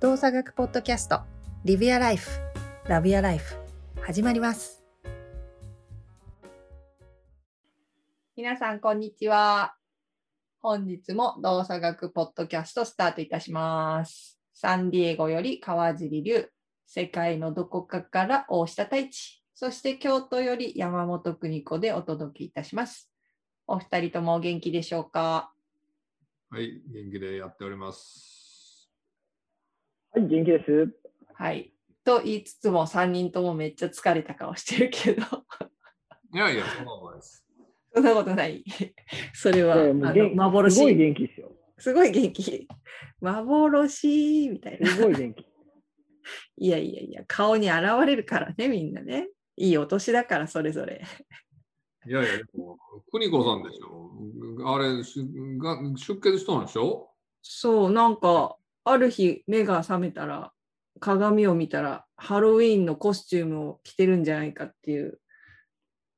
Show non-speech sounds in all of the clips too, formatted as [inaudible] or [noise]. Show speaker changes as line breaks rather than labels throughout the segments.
動作学ポッドキャストリビアライフラビアライフ始まります
皆さん、こんにちは。本日も動作学ポッドキャストスタートいたします。サンディエゴより川尻龍、世界のどこかから大下太一、そして京都より山本邦子でお届けいたします。お二人ともお元気でしょうか
はい、元気でやっております。
はい、元気です。
はい。と言いつつも3人ともめっちゃ疲れた顔してるけど、 [laughs]
いやいや、そんなことないです。
そんなことない。それは、
いやいやもう
あ
元
の幻
気すごい元
[laughs]
気ですよ。
すごい元気。幻みたいな。
すごい元気。
いやいやいや、顔に現れるからね、みんなね。いいお年だから、それぞれ。
いやいや、でも邦子さんでしょ。あれ、しが出血したんでしょ
そう、なんか、ある日、目が覚めたら、鏡を見たら、ハロウィーンのコスチュームを着てるんじゃないかっていう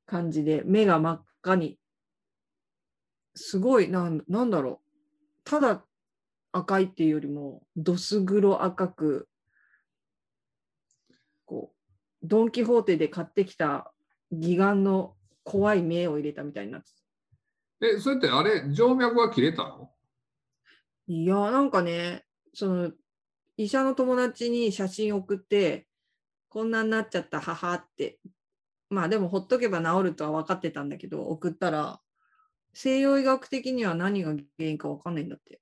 感じで、目が真っ赤に。すごい、なんなんだろう。ただ赤いっていうよりも、どす黒赤く、こう、ドン・キホーテで買ってきた義眼の怖い目を入れたみたいになってた
え、それってあれ、静脈が切れたの
いやーなんかねその医者の友達に写真送ってこんなになっちゃった母ってまあでもほっとけば治るとは分かってたんだけど送ったら西洋医学的には何が原因か分かんないんだって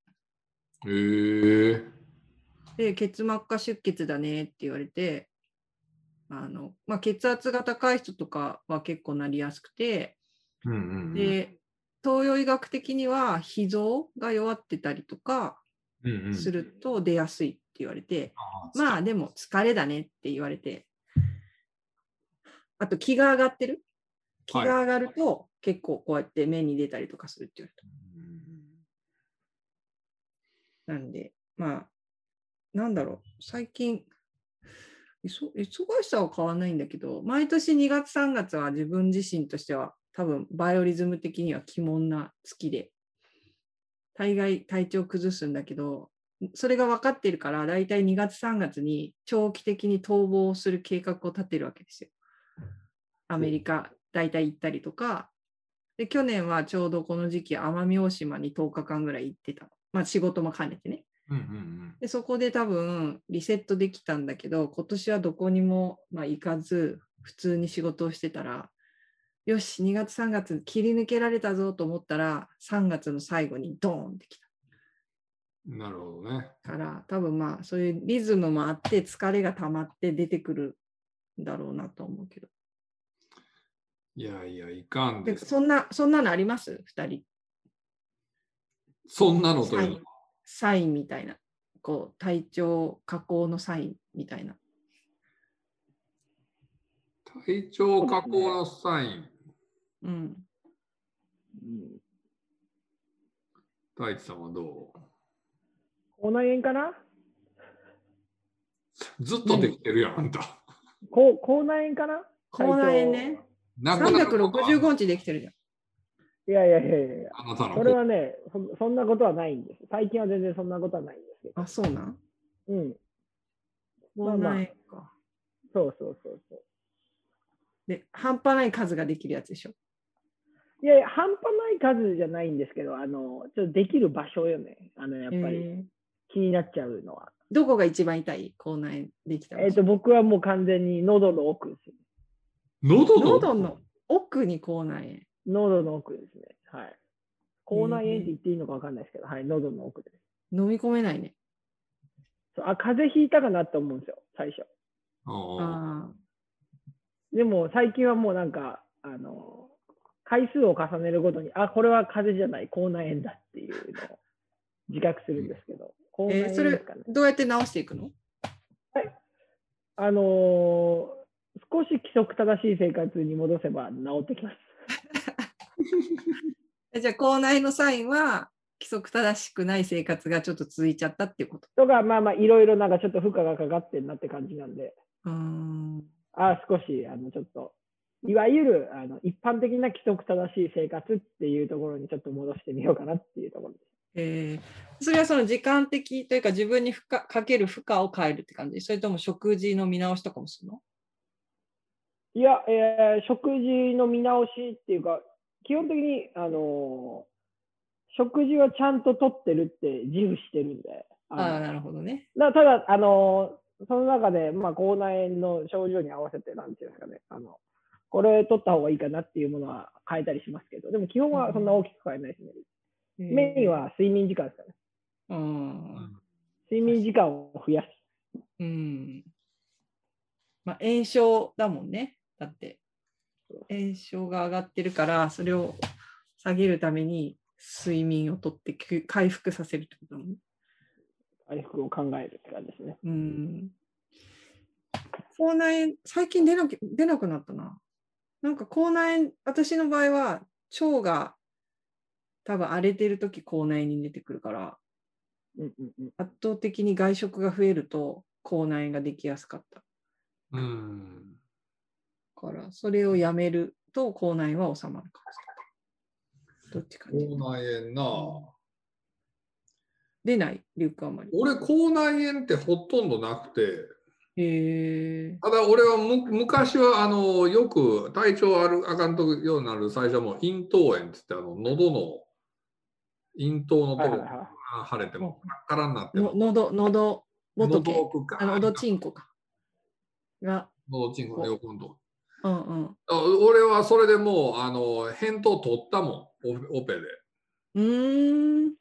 へえ。
で結膜下出血だねって言われてあの、まあ、血圧が高い人とかは結構なりやすくて
うんうんうん。
で東洋医学的には脾臓が弱ってたりとか
うんうん
すると出やすいって言われて、
あ
まあでも疲れだねって言われて、あと気が上がってる気
はい
が上がると結構こうやって目に出たりとかするって言われた。なんで、まあ、なんだろう、最近、いそ忙しさは変わらないんだけど、毎年2月3月は自分自身としては多分バイオリズム的には鬼門な月で、大概体調崩すんだけど、それが分かってるから、大体2月3月に長期的に逃亡する計画を立てるわけですよ。アメリカ、大体行ったりとか。で、去年はちょうどこの時期、奄美大島に10日間ぐらい行ってた。まあ仕事も兼ねてね。
うんうん
で、そこで多分リセットできたんだけど、今年はどこにもまあ行かず、普通に仕事をしてたら、よし、2月3月切り抜けられたぞと思ったら、3月の最後にドーンってきた。
うん。なるほどね。
から多分まあそういうリズムもあって疲れが溜まって出てくるんだろうなと思うけど
いやいや、いかん
で
です。
そんなそんなのあります2人
そんなのというのは
サインみたいなこう体調下降のサインみたいな
体調加工のサイン。
うん
うん
太一さんはど
口内炎かな
うずっとできてるやん、あんた。
口口内炎かな
口内炎ね。
なくなることは
365日できてるじゃん
体調いやいやいやいやいや。
あなたの
それはねそ、そんなことはないんです。最近は全然そんなことはないんですけ
あそうなん
ど。うん。ま
口
あまあ
内炎か
そうそうそうそ
で半端ない数ができるやつでしょ
う。いやいや、半端ない数じゃないんですけど、あの、ちょっとできる場所よね。あの、やっぱり
えー
気になっちゃうのは。
どこが一番痛い口内炎できた場所
えっ、と、僕はもう完全に喉の奥です。
喉の
喉の奥に口内炎
喉の奥ですね。はい。口内炎って言っていいのかわかんないですけど、はい、喉の奥です。
飲み込めないね
そうあ、風邪ひいたかなって思うんですよ、最初。
あ
あ
あ
でも最近はもうなんか、あの、回数を重ねるごとに、あ、これは風邪じゃない、口内炎だっていうのを自覚するんですけど、口内
えーそ
炎で
れ
すかね。
どうやって直していくの
あのー少し規則正しい生活に戻せば治ってきます。
えじゃあ口内のサインは規則正しくない生活がちょっと続いちゃったっていうこと。
とか、まあまあ、いろいろなんかちょっと負荷がかかってんなって感じなんで、
うーん
あ、少し、あの、ちょっと、いわゆる、あの、一般的な規則正しい生活っていうところにちょっと戻してみようかなっていうところです。
えーそれはその時間的というか自分に負荷かける負荷を変えるって感じそれとも食事の見直しとかもするの
いや、えー食事の見直しっていうか、基本的に、あのー食事はちゃんと取ってるって自負してるんで。あの
ああ、なるほどね。
だただ、あのーその中で、まあ、口内炎の症状に合わせて、なんていうんですかね、あの、これ取った方がいいかなっていうものは変えたりしますけど、でも基本はそんな大きく変えないですね。メインは睡眠時間ですかね。
うん。
睡眠時間を増やす。
うん。まあ、炎症だもんね。だって、炎症が上がってるから、それを下げるために睡眠をとってき回復させるってことだもんね。
回復を考えるって感じですね。
うん。口内炎、最近出なき出なくなったな。なんか口内炎、私の場合は腸が多分荒れてる時口内炎に出てくるから、
うんうんうん。
圧倒的に外食が増えると口内炎ができやすかった
うん。
から、それをやめると口内炎は治まるかもしれない。どっちかに。
口内炎な。
出ない、リュックあんまり。
俺、口内炎ってほとんどなくて、
へえ。
ただ俺はむ昔はあのよく体調あるあかんとようになる最初はもう咽頭炎って言ってあの喉の咽頭のと
はいは
こ
いはい。
が腫れてもカラッカラになって
の
も
喉、喉、
喉
仏。
奥か
あの、喉ちんこか。が、
喉チンコの横のとこ
うんうん。
あ俺はそれでもうあの返答取ったもんオオペで
うーん。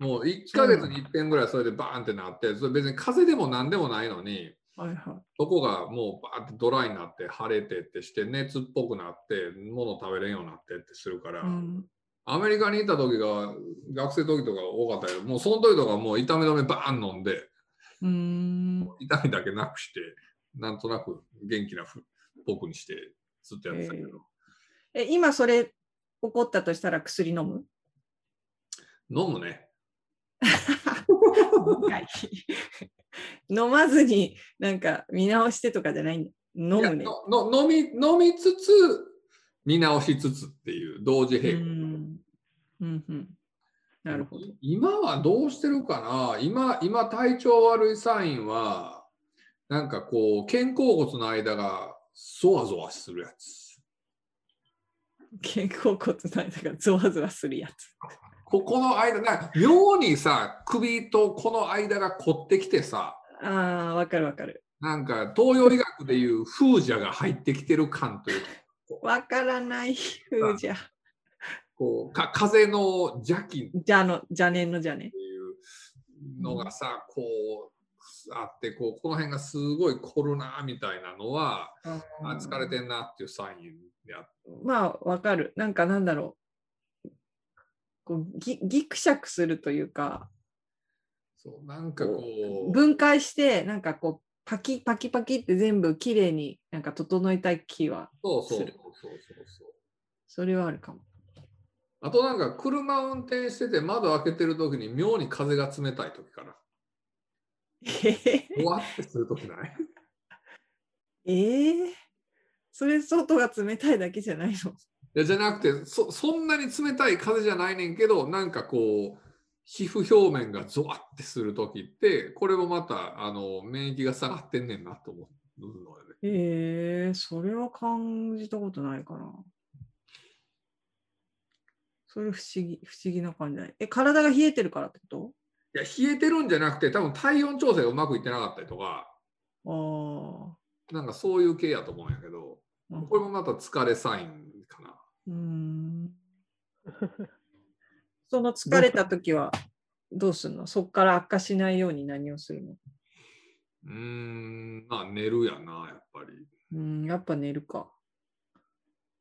もう1ヶ月に一遍ぐらいそれでバーンってなってそれ別に風邪でも何でもないのに
はいはい。
そこがもうバーってドライになって腫れてってして熱っぽくなって物食べれんようになってってするから、
うん
アメリカにいた時が学生の時とか多かったけど、もうその時とかもう痛み止めバーン飲んで、
うーん。
痛みだけなくして、なんとなく元気なふ僕にしてずっとやってたけど、
え、今それ起こったとしたら薬飲む
飲むね。
はい飲まずになんか見直してとかじゃないんだ飲むね
いや。のの飲み飲みつつ、見直しつつっていう同時
う
並行。
んうんうん。なるほど。
今はどうしてるかな今、今体調悪いサインは、なんかこう、肩甲骨の間がそわそわするやつ。
肩甲骨の間がゾワゾワするやつ。
ここの間なんか妙にさ首とこの間が凝ってきてさ
ああ、わかるわかる。
なんか東洋医学でいう風邪が入ってきてる感というか
わからない風じゃ。
こうか風の邪気っ
じゃの、じゃねんのじゃね
て。いうのがさこうあってこうこの辺がすごい凝るなみたいなのは、あ疲れてんなっていうサインであっ
まあわかる。なんかなんだろう。こうぎぎくしゃくするというか
そうなんかこう
分解してなんかこうパキパキパキって全部きれいになんか整えたい気は
そうそうそうそ
す
う
る
そうそう。
それはあるかも。
あとなんか車運転してて窓開けてる時に妙に風が冷たい時かな。
え
ぼわってするときない [laughs]
ー、それ外が冷たいだけじゃないの
いやじゃなくてそ、そんなに冷たい風じゃないねんけど、なんかこう、皮膚表面がゾワってするときって、これもまたあの免疫が下がってんねんなと思うのよね。
えー、それは感じたことないかな。それ不思議、不思議な感じだね。え、体が冷えてるからってこ
いや、冷えてるんじゃなくて、多分体温調整がうまくいってなかったりとか、
と
なんかそういう系やと思うんやけど、
ああ。
これもまた疲れサインかな。
うー
[laughs]
んその疲れた時はどうするのそこから悪化しないように何をするの
うーん、まあ寝るやな、やっぱり。
うーんやっぱ寝るか。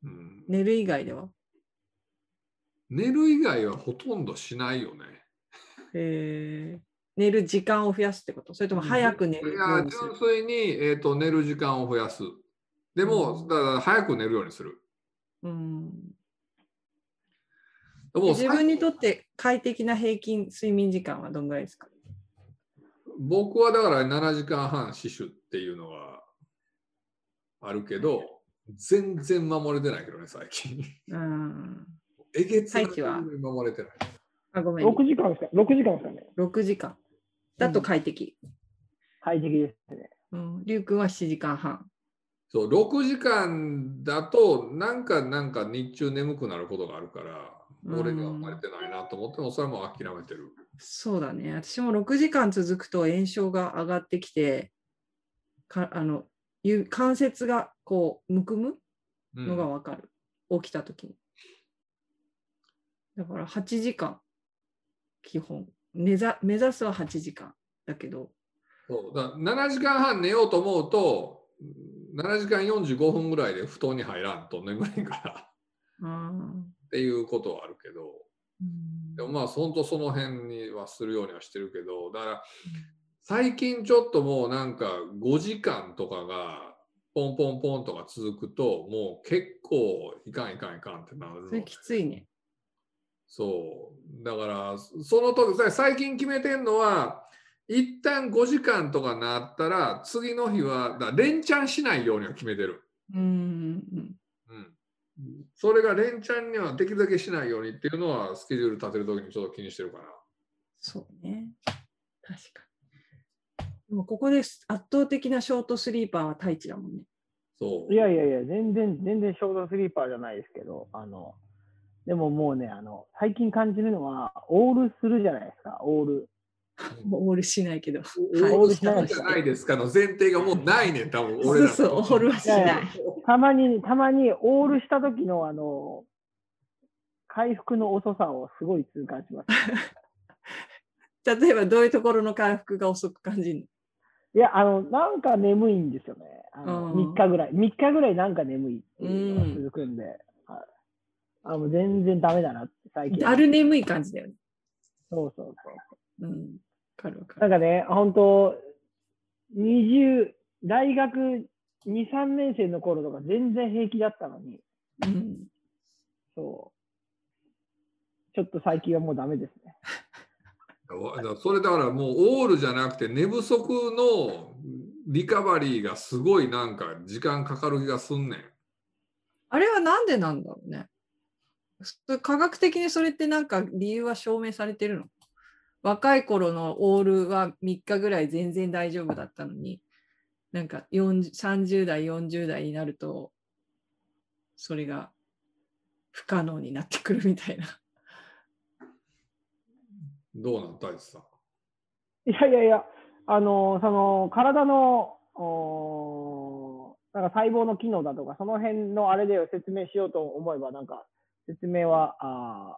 うん、
寝る以外では
寝る以外はほとんどしないよね。
えー寝る時間を増やすってことそれとも早く寝る
い
よう
や、
にする
純粋に、えー、と寝る時間を増やす。でも、
うん
だから早く寝るようにする。
うん
もう
自分にと
最
って快適な平均睡眠時間はどんぐらいですか
僕はだから7時間半死守っていうのがあるけど、全然守れてないけどね、最近。
うん
えげつない
太一は
守れてない。
あ、ごめん。
6時間ですか ?6 時間ですかね。
6時間。だと快適。
快適ですね。
うん。りゅうくんは7時間半。
そう6時間だとなんかなんか日中眠くなることがあるから
うん
俺が生まれてないなと思ってもそれはもう諦めてる。
そうだね。私も6時間続くと炎症が上がってきて、かあのゆ関節がこうむくむ
うん
のがわかる、起きた時に。だから8時間、基本目ざ。目指すは8時間だけど、
そうだ7時間半寝ようと思うと7時間45分ぐらいで布団に入らんと眠れんから
あ
っていうことはあるけどで
ー
もまあ本当その辺にはするようにはしてるけどだから最近ちょっともうなんか5時間とかがポンポンポンとか続くともう結構いかんいかんいかんってなるの
それきついね。
そう。だから、その時、さ最近決めてんのは、一旦5時間とかなったら、次の日は、だ連チャンしないようには決めてる。
うんうん
うん。それが連チャンにはできるだけしないようにっていうのは、スケジュール立てる時にちょっと気にしてるかな。
そうね。確かに。でもここで圧倒的なショートスリーパーは太一だもんね。
そう。
いやいやいや、全然、全然ショートスリーパーじゃないですけど、あの、でももうね、あの、最近感じるのは、オールするじゃないですか、オール。
もうオールしないけど。
オール
し
しない
じゃないですかの前提がもうないねん、多分
そ
俺
う
ら。
[laughs] そう、オールはし
い
な
や
い
い。たまに、たまにオールした時の、あの、回復の遅さをすごい痛感します。
例えばどういうところの回復が遅く感じる
いや、あの、なんか眠いんですよね。あの
うん
3日ぐらい。3日ぐらいなんか眠いっていうのが続くんで、はいあの全然ダメだなって最
の
近。
だる眠い感じだよね。
そうそうそ
う
う。
ん。わかるわかる。
なんかね、本当20、大学2、3年生の頃とか全然平気だったのに、
うん、
そう。ちょっと最近はもうダメですね。
わだそれだからもうオールじゃなくて寝不足のリカバリーがすごいなんか時間かかる気がすんねん。
あれはなんでなんだろうね。そ科学的にそれってなんか理由は証明されてるの若い頃のオールは3日ぐらい全然大丈夫だったのに、なんか40 30代、40代になると、それが不可能になってくるみたいな。
どうなん大地さん。
いやいやいや、あの、その、体の、おーなんか細胞の機能だとか、その辺のあれで説明しようと思えば、なんか、説明は、あ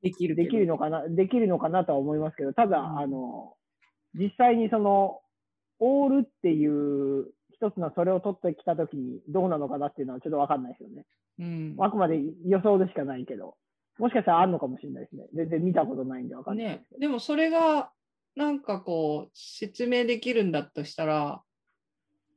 でき
ー
るけ
で
ど
きるのかな、できるのかなとは思いますけど、ただ、
うん
あの、実際にその、オールっていう、一つのそれを取ってきたときにどうなのかなっていうのはちょっとわかんないですよね。
うん
あくまで予想でしかないけど、もしかしたらあるのかもしれないですね。全然見たことないんでわかんないです
ね
けど。、
でもそれがなんかこう説明できるんだとしたら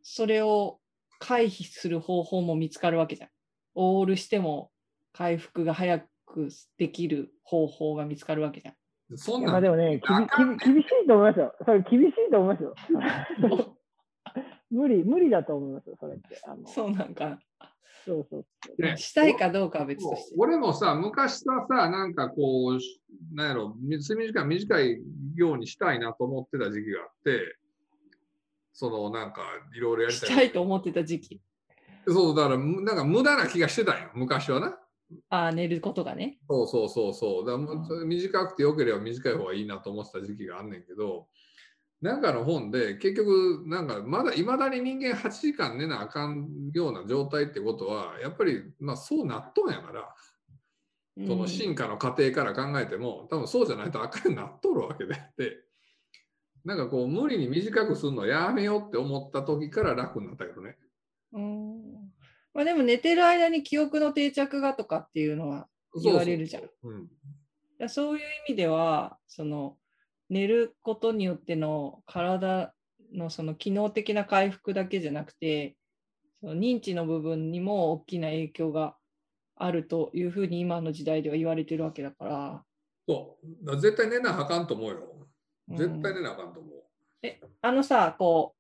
それを回避する方法も見つかるわけじゃん。オールしても回復が早くできる方法が見つかるわけじゃん。
そん
いやま
な
あ
ん
でもね、
なんか
厳厳厳しいと思いますよ。それ厳しいと思いますよ。無理、無理だと思いますよ、それって。あのそう
そうなんか
そうそう
ね
したいかどうかは別として。
俺もさ、昔はさ、なんかこうし、なんやろ、睡眠時間短いようにしたいなと思ってた時期があって、そのなんかいろいろやりた
し
い。
たいと思ってた時期。
そう、だからむなんか無駄な気がしてたんよ、昔はな。
ああ、寝ることがね。
そうそうそうそう。だからも
うん
うそれ短くて良ければ短い方がいいなと思ってた時期があんねんけど、なんかの本で結局なんかまだいまだに人間8時間寝なあかんような状態ってことはやっぱりまあそうなっとんやからその進化の過程から考えても多分そうじゃないとあかんようになっとるわけであってなんかこう無理に短くするのやめようって思った時から楽になったけどね。
うんまあ、でも寝てる間に記憶の定着がとかっていうのは言われるじゃん。
そうそううん
だからそういう意味ではその寝ることによっての体のその機能的な回復だけじゃなくてその認知の部分にも大きな影響があるというふうに今の時代では言われてるわけだから、
そうだから絶対寝なあかんと思うよ。
うん
絶対寝なあかんと思う。
あのさこ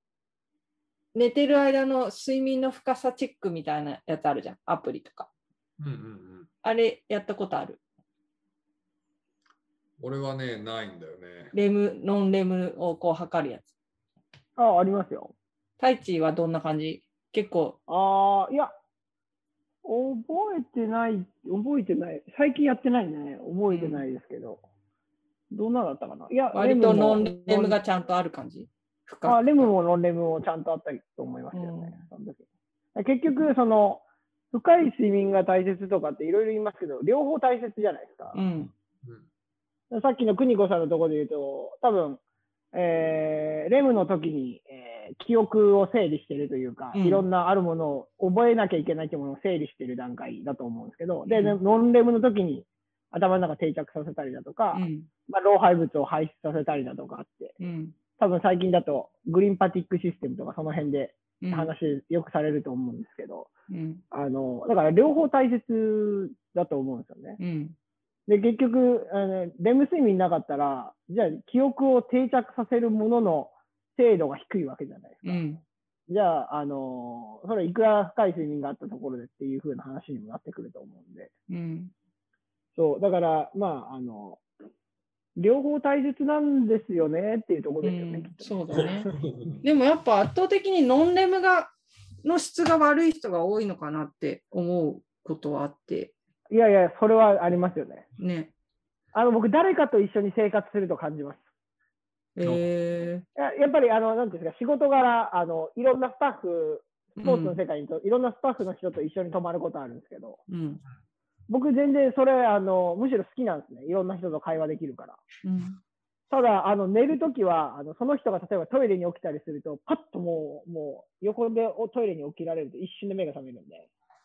う寝てる間の睡眠の深さチェックみたいなやつあるじゃんアプリとか
うんうんうん
あれやったことある
俺はね、ないんだよね。
レム、ノンレムをこう測るやつ。
あ、ありますよ。
太一はどんな感じ結構、
ああ、いや、覚えてない、覚えてない。最近やってないね。覚えてないですけど。どんなだったかないや、
割とノンレムが
ち
ちゃんとある感じ
ゃ
深
んあ
い
レムもノンレムもちゃんとあったと思いましたよね。その時結局、その、深い睡眠が大切とかっていろいろ言いますけど、両方大切じゃないですか。
うん。
さっきの邦子さんのところで言うと、多分、えーレムの時に、えー記憶を整理してるというか、
うん
いろんなあるものを覚えなきゃいけないというものを整理してる段階だと思うんですけど、で、
うん
ノンレムの時に頭の中定着させたりだとか、
うん。
まあ、老廃物を排出させたりだとかあって、
うん。
多分最近だとグリーンパティックシステムとかその辺で
うん。
話よくされると思うんですけど、
うん。
あの、だから両方大切だと思うんですよね。
うん。
で、結局、あのレム睡眠なかったら、じゃあ記憶を定着させるものの精度が低いわけじゃないです
う
か。
ん。
じゃあ、あの、それいくら深い睡眠があったところでっていう風な話にもなってくると思うんで。
うん。
そう、だから、まあ、あの、両方大切なんですよねっていうところですよ
う
ね。
ん
きっと
そうだね。でもやっぱ圧倒的にノンレムが、の質が悪い人が多いのかなって思うことはあって、
いやいや、それはありますよね。
ね。
あの、僕、誰かと一緒に生活すると感じます。
え
いややっぱり、あの、なんていうんですか、仕事柄、あの、いろんなスタッフ
ー、
スポーツの世界にと、いろんなスタッフの人と一緒に泊まることあるんですけど、
うん。
僕全然それ、あの、むしろ好きなんですね。いろんな人と会話できるから。
うん。
ただ、あの、寝るときは、あの、その人が例えばトイレに起きたりすると、パッともう、もう、横でおトイレに起きられると一瞬で目が覚めるんで、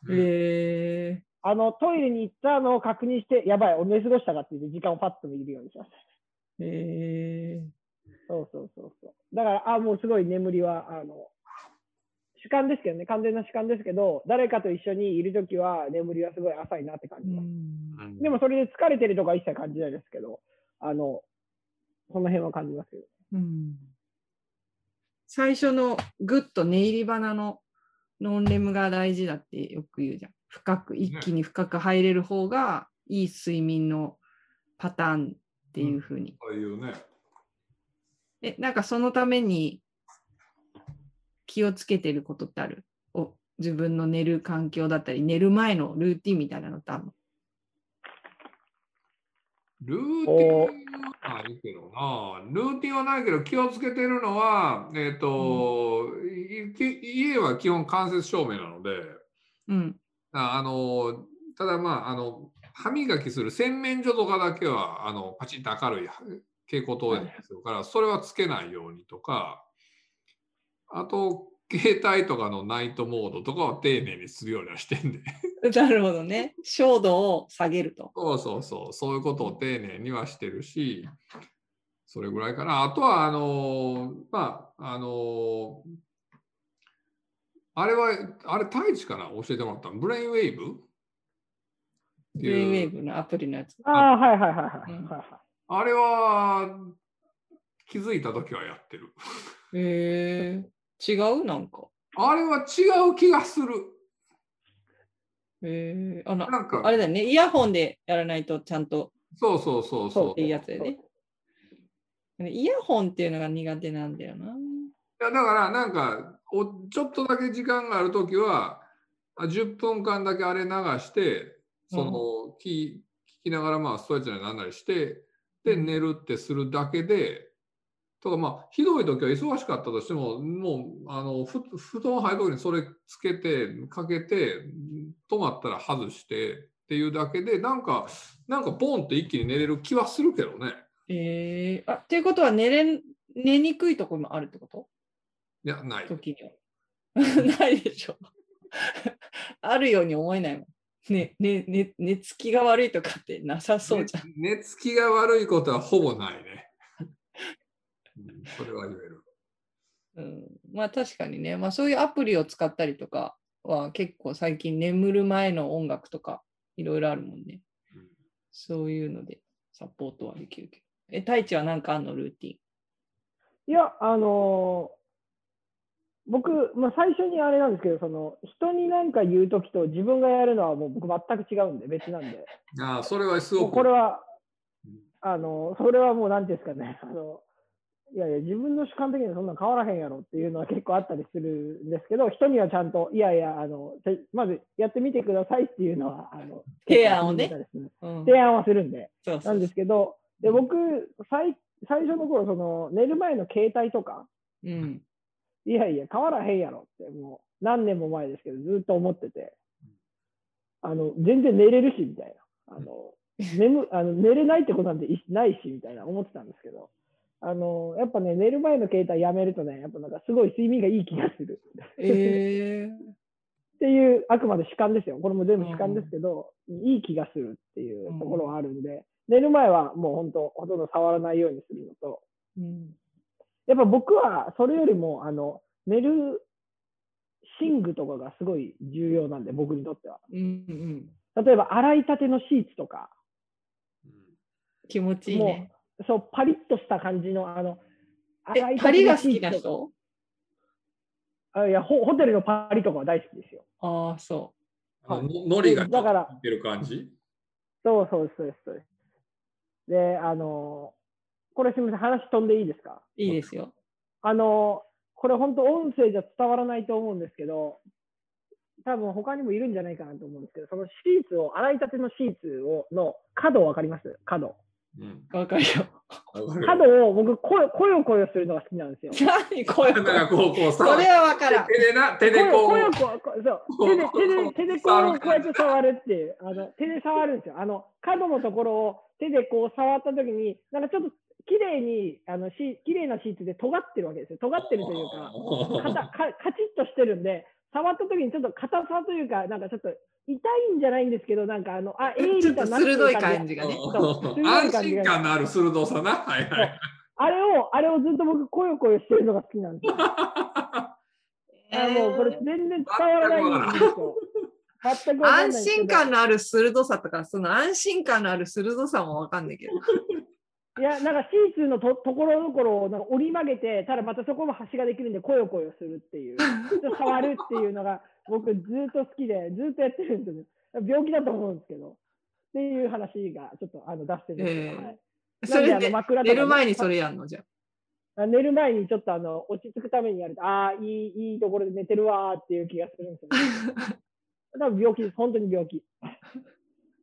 うんえ
あの、トイレに行ったのを確認して、やばい、お寝過ごしたかって言って時間をパッと見るようにします。
ー、え
そうそうそうそう。だから、あ、もうすごい眠りは、あの、主観ですけどね、完全な主観ですけど、誰かと一緒にいるときは、眠りはすごい浅いなって感
ー、
じます。
ん。
でもそれで疲れてるとか一切感じないですけど、あの、その辺は感じますけど。
うん。最初のグッと寝入り花のノンレムが大事だってよく言うじゃん。深く、一気に深く入れる方がいい睡眠のパターンっていうふうに。
そういうね。
え、なんかそのために気をつけてることってあるお自分の寝る環境だったり、寝る前のルーティンみたいなのってあるの
ルーティンはないけどな、ルーティンはないけど、気をつけてるのは、えっ、と、いき家は基本間接照明なので、
うん。
ああの、ただまあ、あの、歯磨きする洗面所とかだけは、あの、パチンと明るい蛍光灯でするから、それはつけないようにとか、あと、携帯とかのナイトモードとかは丁寧にするようにはしてんで。
なるほどね。照度を下げると。
そうそうそう、そういうことを丁寧にはしてるし、それぐらいかな。あとは、あのーまあ、あのーあれは、あれ、太一かな教えてもらったのブレインウェイブって
ブレインウ
い
ェイ
う
ブのアプリのやつ。
ああ、はいはいはいはい
うん
はいはい。
あれは、気づいた時はやってる。
へえ違うなんか。
あれは違う気がする。
へえあの
なんか、
あれだよね。イヤホンでやらないとちゃんと
そうそうそうそう。
っていうやつだよね。イヤホンっていうのが苦手なんだよな。
いやだからなんかおちょっとだけ時間があるときはあ10分間だけあれ流してその、聞聞きながらまあストレッチなりなんなりしてで
うん
寝るってするだけでとかまあひどい時は忙しかったとしてももうあのふ布団入る時にそれつけてかけて止まったら外してっていうだけでなんかなんかボンって一気に寝れる気はするけどね。
ええあ、っていうことは寝れん、寝にくいところもあるってこと
いやない。
時には。 [laughs] ないでしょ。あるように思えないもん。ね、ね、ね、寝つきが悪いとかってなさそうじゃん。
寝つきが悪いことはほぼないね。うんそれは言える。
うん、まあ確かにね、まあそういうアプリを使ったりとかは結構最近眠る前の音楽とかいろいろあるもんね
うん。
そういうのでサポートはできるけど。え、太一はなんかあんのルーティン。
いや、あのー僕、まあ、最初にあれなんですけど、その、人に何か言うときと自分がやるのはもう僕全く違うんで、別なんで。
ああ、それはす
も
ご
う
く。
これは
うん、
あの、それはもうなんていうんですかね、 [laughs] あの、いやいや、自分の主観的にはそんな変わらへんやろっていうのは結構あったりするんですけど、人にはちゃんと、いやいや、あの、せまずやってみてくださいっていうのは、あの、
提案をね
結構するみたいです。
うん
提案はするんで。
そうそ
な
うん
ですけど、で、僕、最、最初の頃、その、寝る前の携帯とか、
[laughs] うん。
いやいや、変わらへんやろって、もう、何年も前ですけど、ずっと思ってて、あの、全然寝れるし、みたいな。あの、眠、あの、寝れないってことなんていないし、みたいな思ってたんですけど、あの、やっぱね、寝る前の携帯やめるとね、やっぱなんかすごい睡眠がいい気がする。
え
っていう、あくまで主観ですよ。これも全部主観ですけど、いい気がするっていうところはあるんで、寝る前はもう本当、ほとんど触らないようにするのと、
うん。
やっぱ僕はそれよりも、あの、寝る寝具とかがすごい重要なんで、僕にとっては。
うんうん。
例えば、洗いたてのシーツとか、
気持ちいいね。
う、そう、パリッとした感じの、あの、
え、パリが好きな
とか
人
あいやホ、ホテルのパリとかは大好きですよ。
ああ、そ
あののりが
だから
入ってる感じ
そうそうそうです、そうです。で、あの、これすみません、話飛んでいいですか
う。いいですよ。
あの、これ本当音声じゃ伝わらないと思うんですけど、多分他にもいるんじゃないかなと思うんですけど、そのシーツを、洗いたてのシーツを、の角わかります角。
うん。
わかるよ。
わかるよ
角を僕、こよこよこよするのが好きなんですよ。
[laughs]
何声
だからこう、こう
そ
さ、
れはわからん。
手でな、手
こ
で
よ
こ
こよ
う、
こよこそう手で手で手でこうこうやって触るっていうあの手で触るんですよあの角のところを手でこう触った時になんかちょっと綺麗にあのし綺麗なシーツで尖ってるわけですよ尖ってるという
[laughs]
かかたかカチッとしてるんで、触った時にちょっと硬さというか、なんかちょっと痛いんじゃないんですけど、なんかあの、あ、鋭
ちょ
利
っと
だなって
鋭
う
い感じがね。
そう
うん安心感のある鋭さな。はいはい。
あれを、あれをずっと僕、こよこよしてるのが好きなんですよ。あもうこれ全然伝わらないんですよ。全くわか
安
んないんですけ
心
ど
感のある鋭さとか、その安心感のある鋭さもわかんないけど。
[laughs] いや、なんかシーツのとところどころをなんか折り曲げて、ただまたそこも端ができるんで、こよこよするっていう、ちょっと触るっていうのが、僕、ずっと好きで、ずっとやってるんですよね。病気だと思うんですけど。っていう話が、ちょっとあの出してるんです
え
けど、
え
はい
そ
なんで
れ
あの
で、
枕とか
寝る前にそれやんのじゃん。
あ寝る前にちょっとあの落ち着くためにやると、ああ、いい、いいところで寝てるわーっていう気がするんですよ、ね。多分病気です。本当に病気。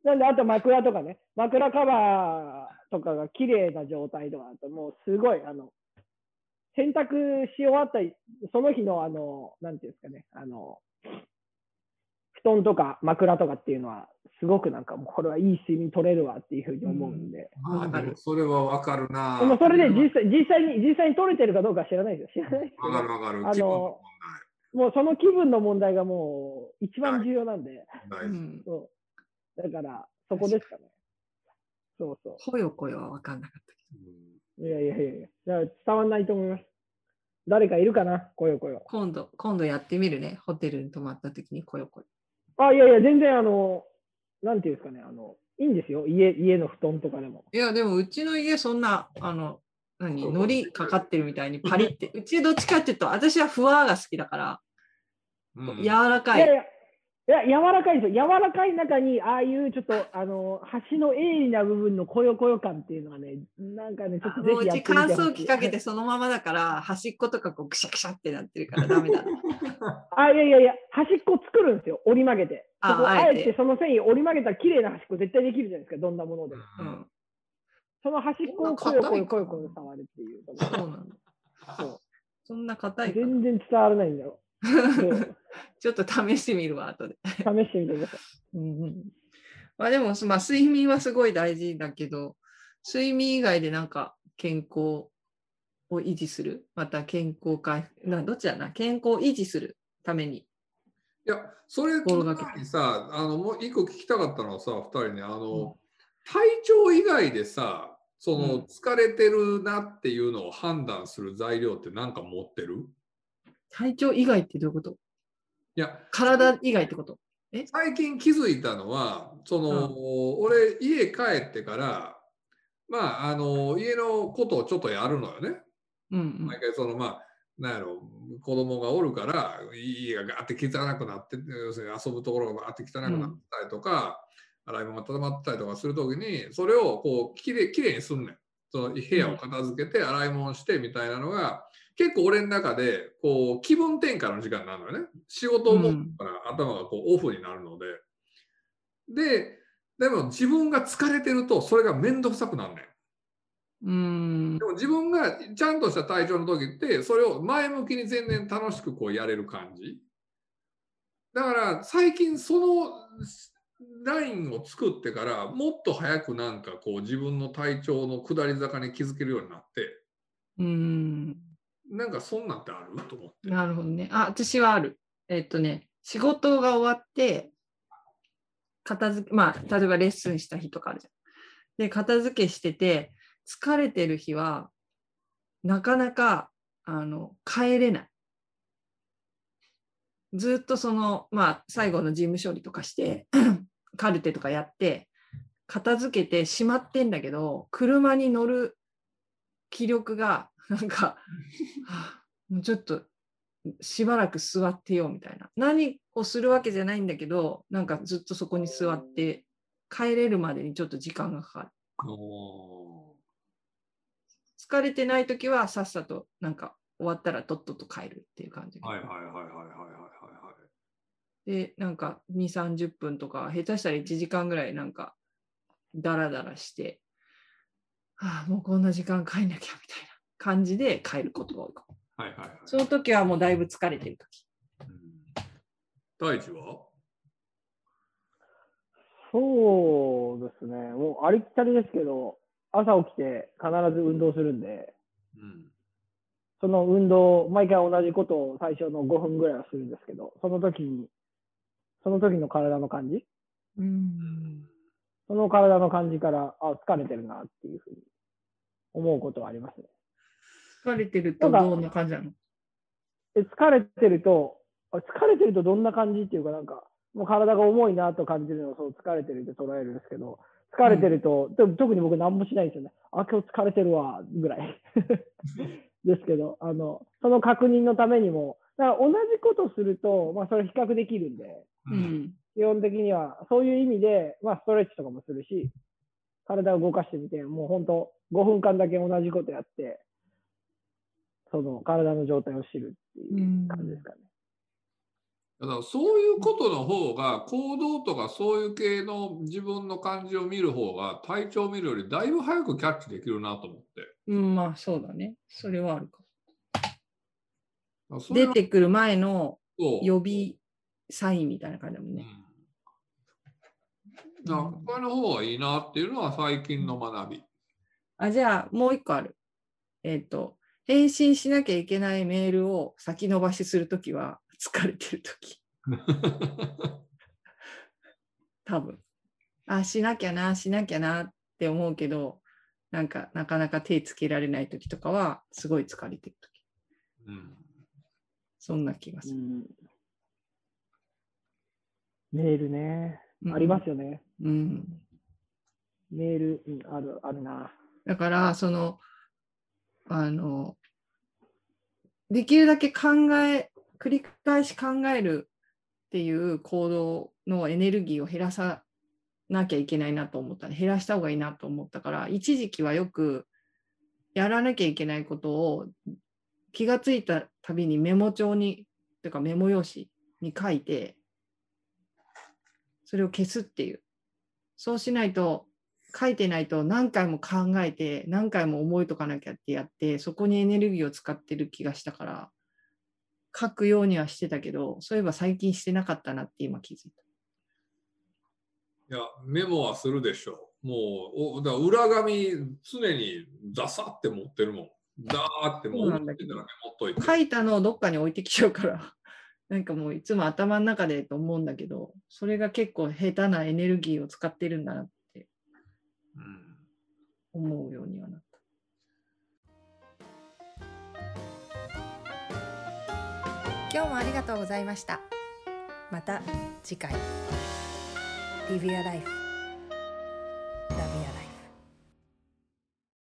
なんで、あと枕とかね、枕カバーとかが綺麗な状態とかだと、もうすごい、あの、洗濯し終わったり、その日のあの、なんていうんですかね、あの、布団とか枕とかっていうのは、すごくなんか、もうこれはいい睡眠取れるわっていうふうに思うんで。
あでもそれはわかるな。
でもそれで実際実際に実際に取れてるかどうかは知らないですよ。知らないですけ
わか
ど
るわかる。
[laughs] あの
気分の
もうその気分の問題がもう一番重要なんで、
問
う
題
ん
そうだからそこですかね。そうそ
ほよこよはわかんなかったけど。
う。いやいやいやいや、だから伝わんないと思います。誰かいるかな、こよこよ。
今度、今度やってみるね。ホテルに泊まった時にこよこよ。
あ、いやいや、全然あの、なんていうんですかね、あの、いいんですよ、家家の布団とかでも。
いや、でもうちの家そんな、あの、何、
そう
のりかかってるみたいにパリって。
[laughs]
うちどっちかっていうと、私はふわが好きだから、
うんうん
柔らか
いやい
い。
やいや、柔らかいですよ。柔らかい中に、ああいうちょっと、あの、端の鋭利な部分のこよこよ感っていうのはね、なんかね、ちょっ
あ
とぜ
もうう
ひやっ
ち
てみ
乾
てほしい
燥機かけてそのままだから、端っことかこうくしゃくしゃってなってるからダメだ。
あ、いやいやいや、端っこ作るんですよ、折り曲げて。
あ
そこ
あ
あ
えて
えてその繊維折り曲げたら綺麗な端っこ絶対できるじゃないですか、どんなものでも。
うん。
その端っこを
そ
こ
んな
よ
硬
こ
い
よ
かな
こよこよ触るっていう。
そうなんだ。
そう
そんな硬いかな
全然伝わらないんだよ。そう
ちょっと試してみるわ、後で。
試してみてください。
うんうんまあでも、まあ、睡眠はすごい大事だけど、睡眠以外でなんか健康を維持する、また健康回復、などっちだな、健康を維持するために。
いや、それ
心
聞
が
く
け
前にさ、あの、もう一個聞きたかったのはさ、二人ね、あの、体調以外でさ、その、
うん
疲れてるなっていうのを判断する材料ってなんか持ってる
体調以外ってどういうこと
いや、
体以外ってこと
最近気づいたのは、その、俺、家帰ってから、まあ、あの、家のことをちょっとやるのよね。
うん
毎回そのまあなんやろ子供がおるから家がガーって汚くなって要するに遊ぶところがガーって汚くなったりとか、洗い物が溜まってたりとかするときに、それをこう、きれい、きれいにすんねん。その部屋を片付けて、洗い物してみたいなのが、結構俺の中で、こう、気分転換の時間になるのよね。仕事を持ったら頭がこう、オフになるので。で、でも自分が疲れてると、それが面倒くさくなんねん。
うん
でも自分がちゃんとした体調の時って、それを前向きに全然楽しくこうやれる感じ。だから最近そのラインを作ってから、もっと早くなんかこう自分の体調の下り坂に気づけるようになって、
うん
なんかそんなんってあると思って。
なるほどね。あ、私はある。えっとね、仕事が終わって、片付け、まあ、例えばレッスンした日とかあるじゃん。で、片付けしてて、疲れてる日は、なかなか、あの、帰れない。ずっとその、まあ、最後の事務処理とかして、 [clears throat] カルテとかやって、片付けてしまってんだけど、車に乗る気力が、なんか、はあもうちょっとしばらく座ってようみたいな何をするわけじゃないんだけどなんかずっとそこに座って帰れるまでにちょっと時間がかかる
お
疲れてない時はさっさとなんか終わったらとっとと帰るっていう感じ、
ーはいはいはいはいはいはいはい。
でなんか2 3 0分とか下手したら1時間ぐらいなんかダラダラしてああもうこんな時間帰んなきゃみたいな感じで帰ることが多いかも
はいはいはい。
その時はもうだいぶ疲れてる時
うん大地は
そうですね、もうありきたりですけど、朝起きて必ず運動するんで、
うん。
その運動、毎回同じことを最初の5分ぐらいはするんですけど、その時に、その時の体の感じ、
うん
その体の感じから、あ、疲れてるなっていうふうに思うことはありますね。
疲れてるとどんな感じなの
で疲れてると、あ疲れてるとどんな感じっていうか、なんか、もう体が重いなと感じるのをそう疲れてるって捉えるんですけど、疲れてると、でも特に僕何もしないんですよね。あ、今日疲れてるわ、ぐらい。ですけど、あの、その確認のためにも、だから同じことすると、まあそれ比較できるんで、
う
うんん
基本的にはそういう意味で、まあストレッチとかもするし、体を動かしてみて、もう本当5分間だけ同じことやって、その体の状態を知るっていう感じですかね。
だからそういうことの方が行動とかそういう系の自分の感じを見る方が体調を見るよりだいぶ早くキャッチできるなと思ってだか
うんまあそうだねそれはあるかも
らそれ
出
を
てくる前の
そう
予備サインみたいな感じだもんね。
うん、だからこれの方がいいなっていうのは最近の学び。
あじゃあもう一個ある。えっ、と返信しなきゃいけないメールを先延ばしするときは [laughs] 疲れてるとき多分あしなきゃなしなきゃなって思うけどなんかなかなか手つけられないときとかはすごい疲れてるとき
うん
そんな気がす
う
る。
んメールね、
うん
ありますよね。
うん
メール、うん、ある、あるな。
だからそのあのできるだけ考え繰り返し考えるっていう行動のエネルギーを減らさなきゃいけないなと思ったね減らした方がいいなと思ったから一時期はよくやらなきゃいけないことを気がついたたびにメモ帳にというかメモ用紙に書いてそれを消すっていうそうしないと書いてないと何回も考えて何回も覚えとかなきゃってやってそこにエネルギーを使ってる気がしたから書くようにはしてたけどそういえば最近してなかったなって今気づいた。
いやメモはするでしょう。もうおだから裏紙常にダサって持ってるもん。ダーっても
そ
う
う
持
な
っ
ん
てた
だ
ら
け
メ
ど
モっといて。
書いたのをどっかに置いてきちゃうから [laughs] なんかもういつも頭の中でと思うんだけどそれが結構下手なエネルギーを使ってるんだなって
うん
思うようにはなった。
今日もありがとうございましたまた次回 Live Your Life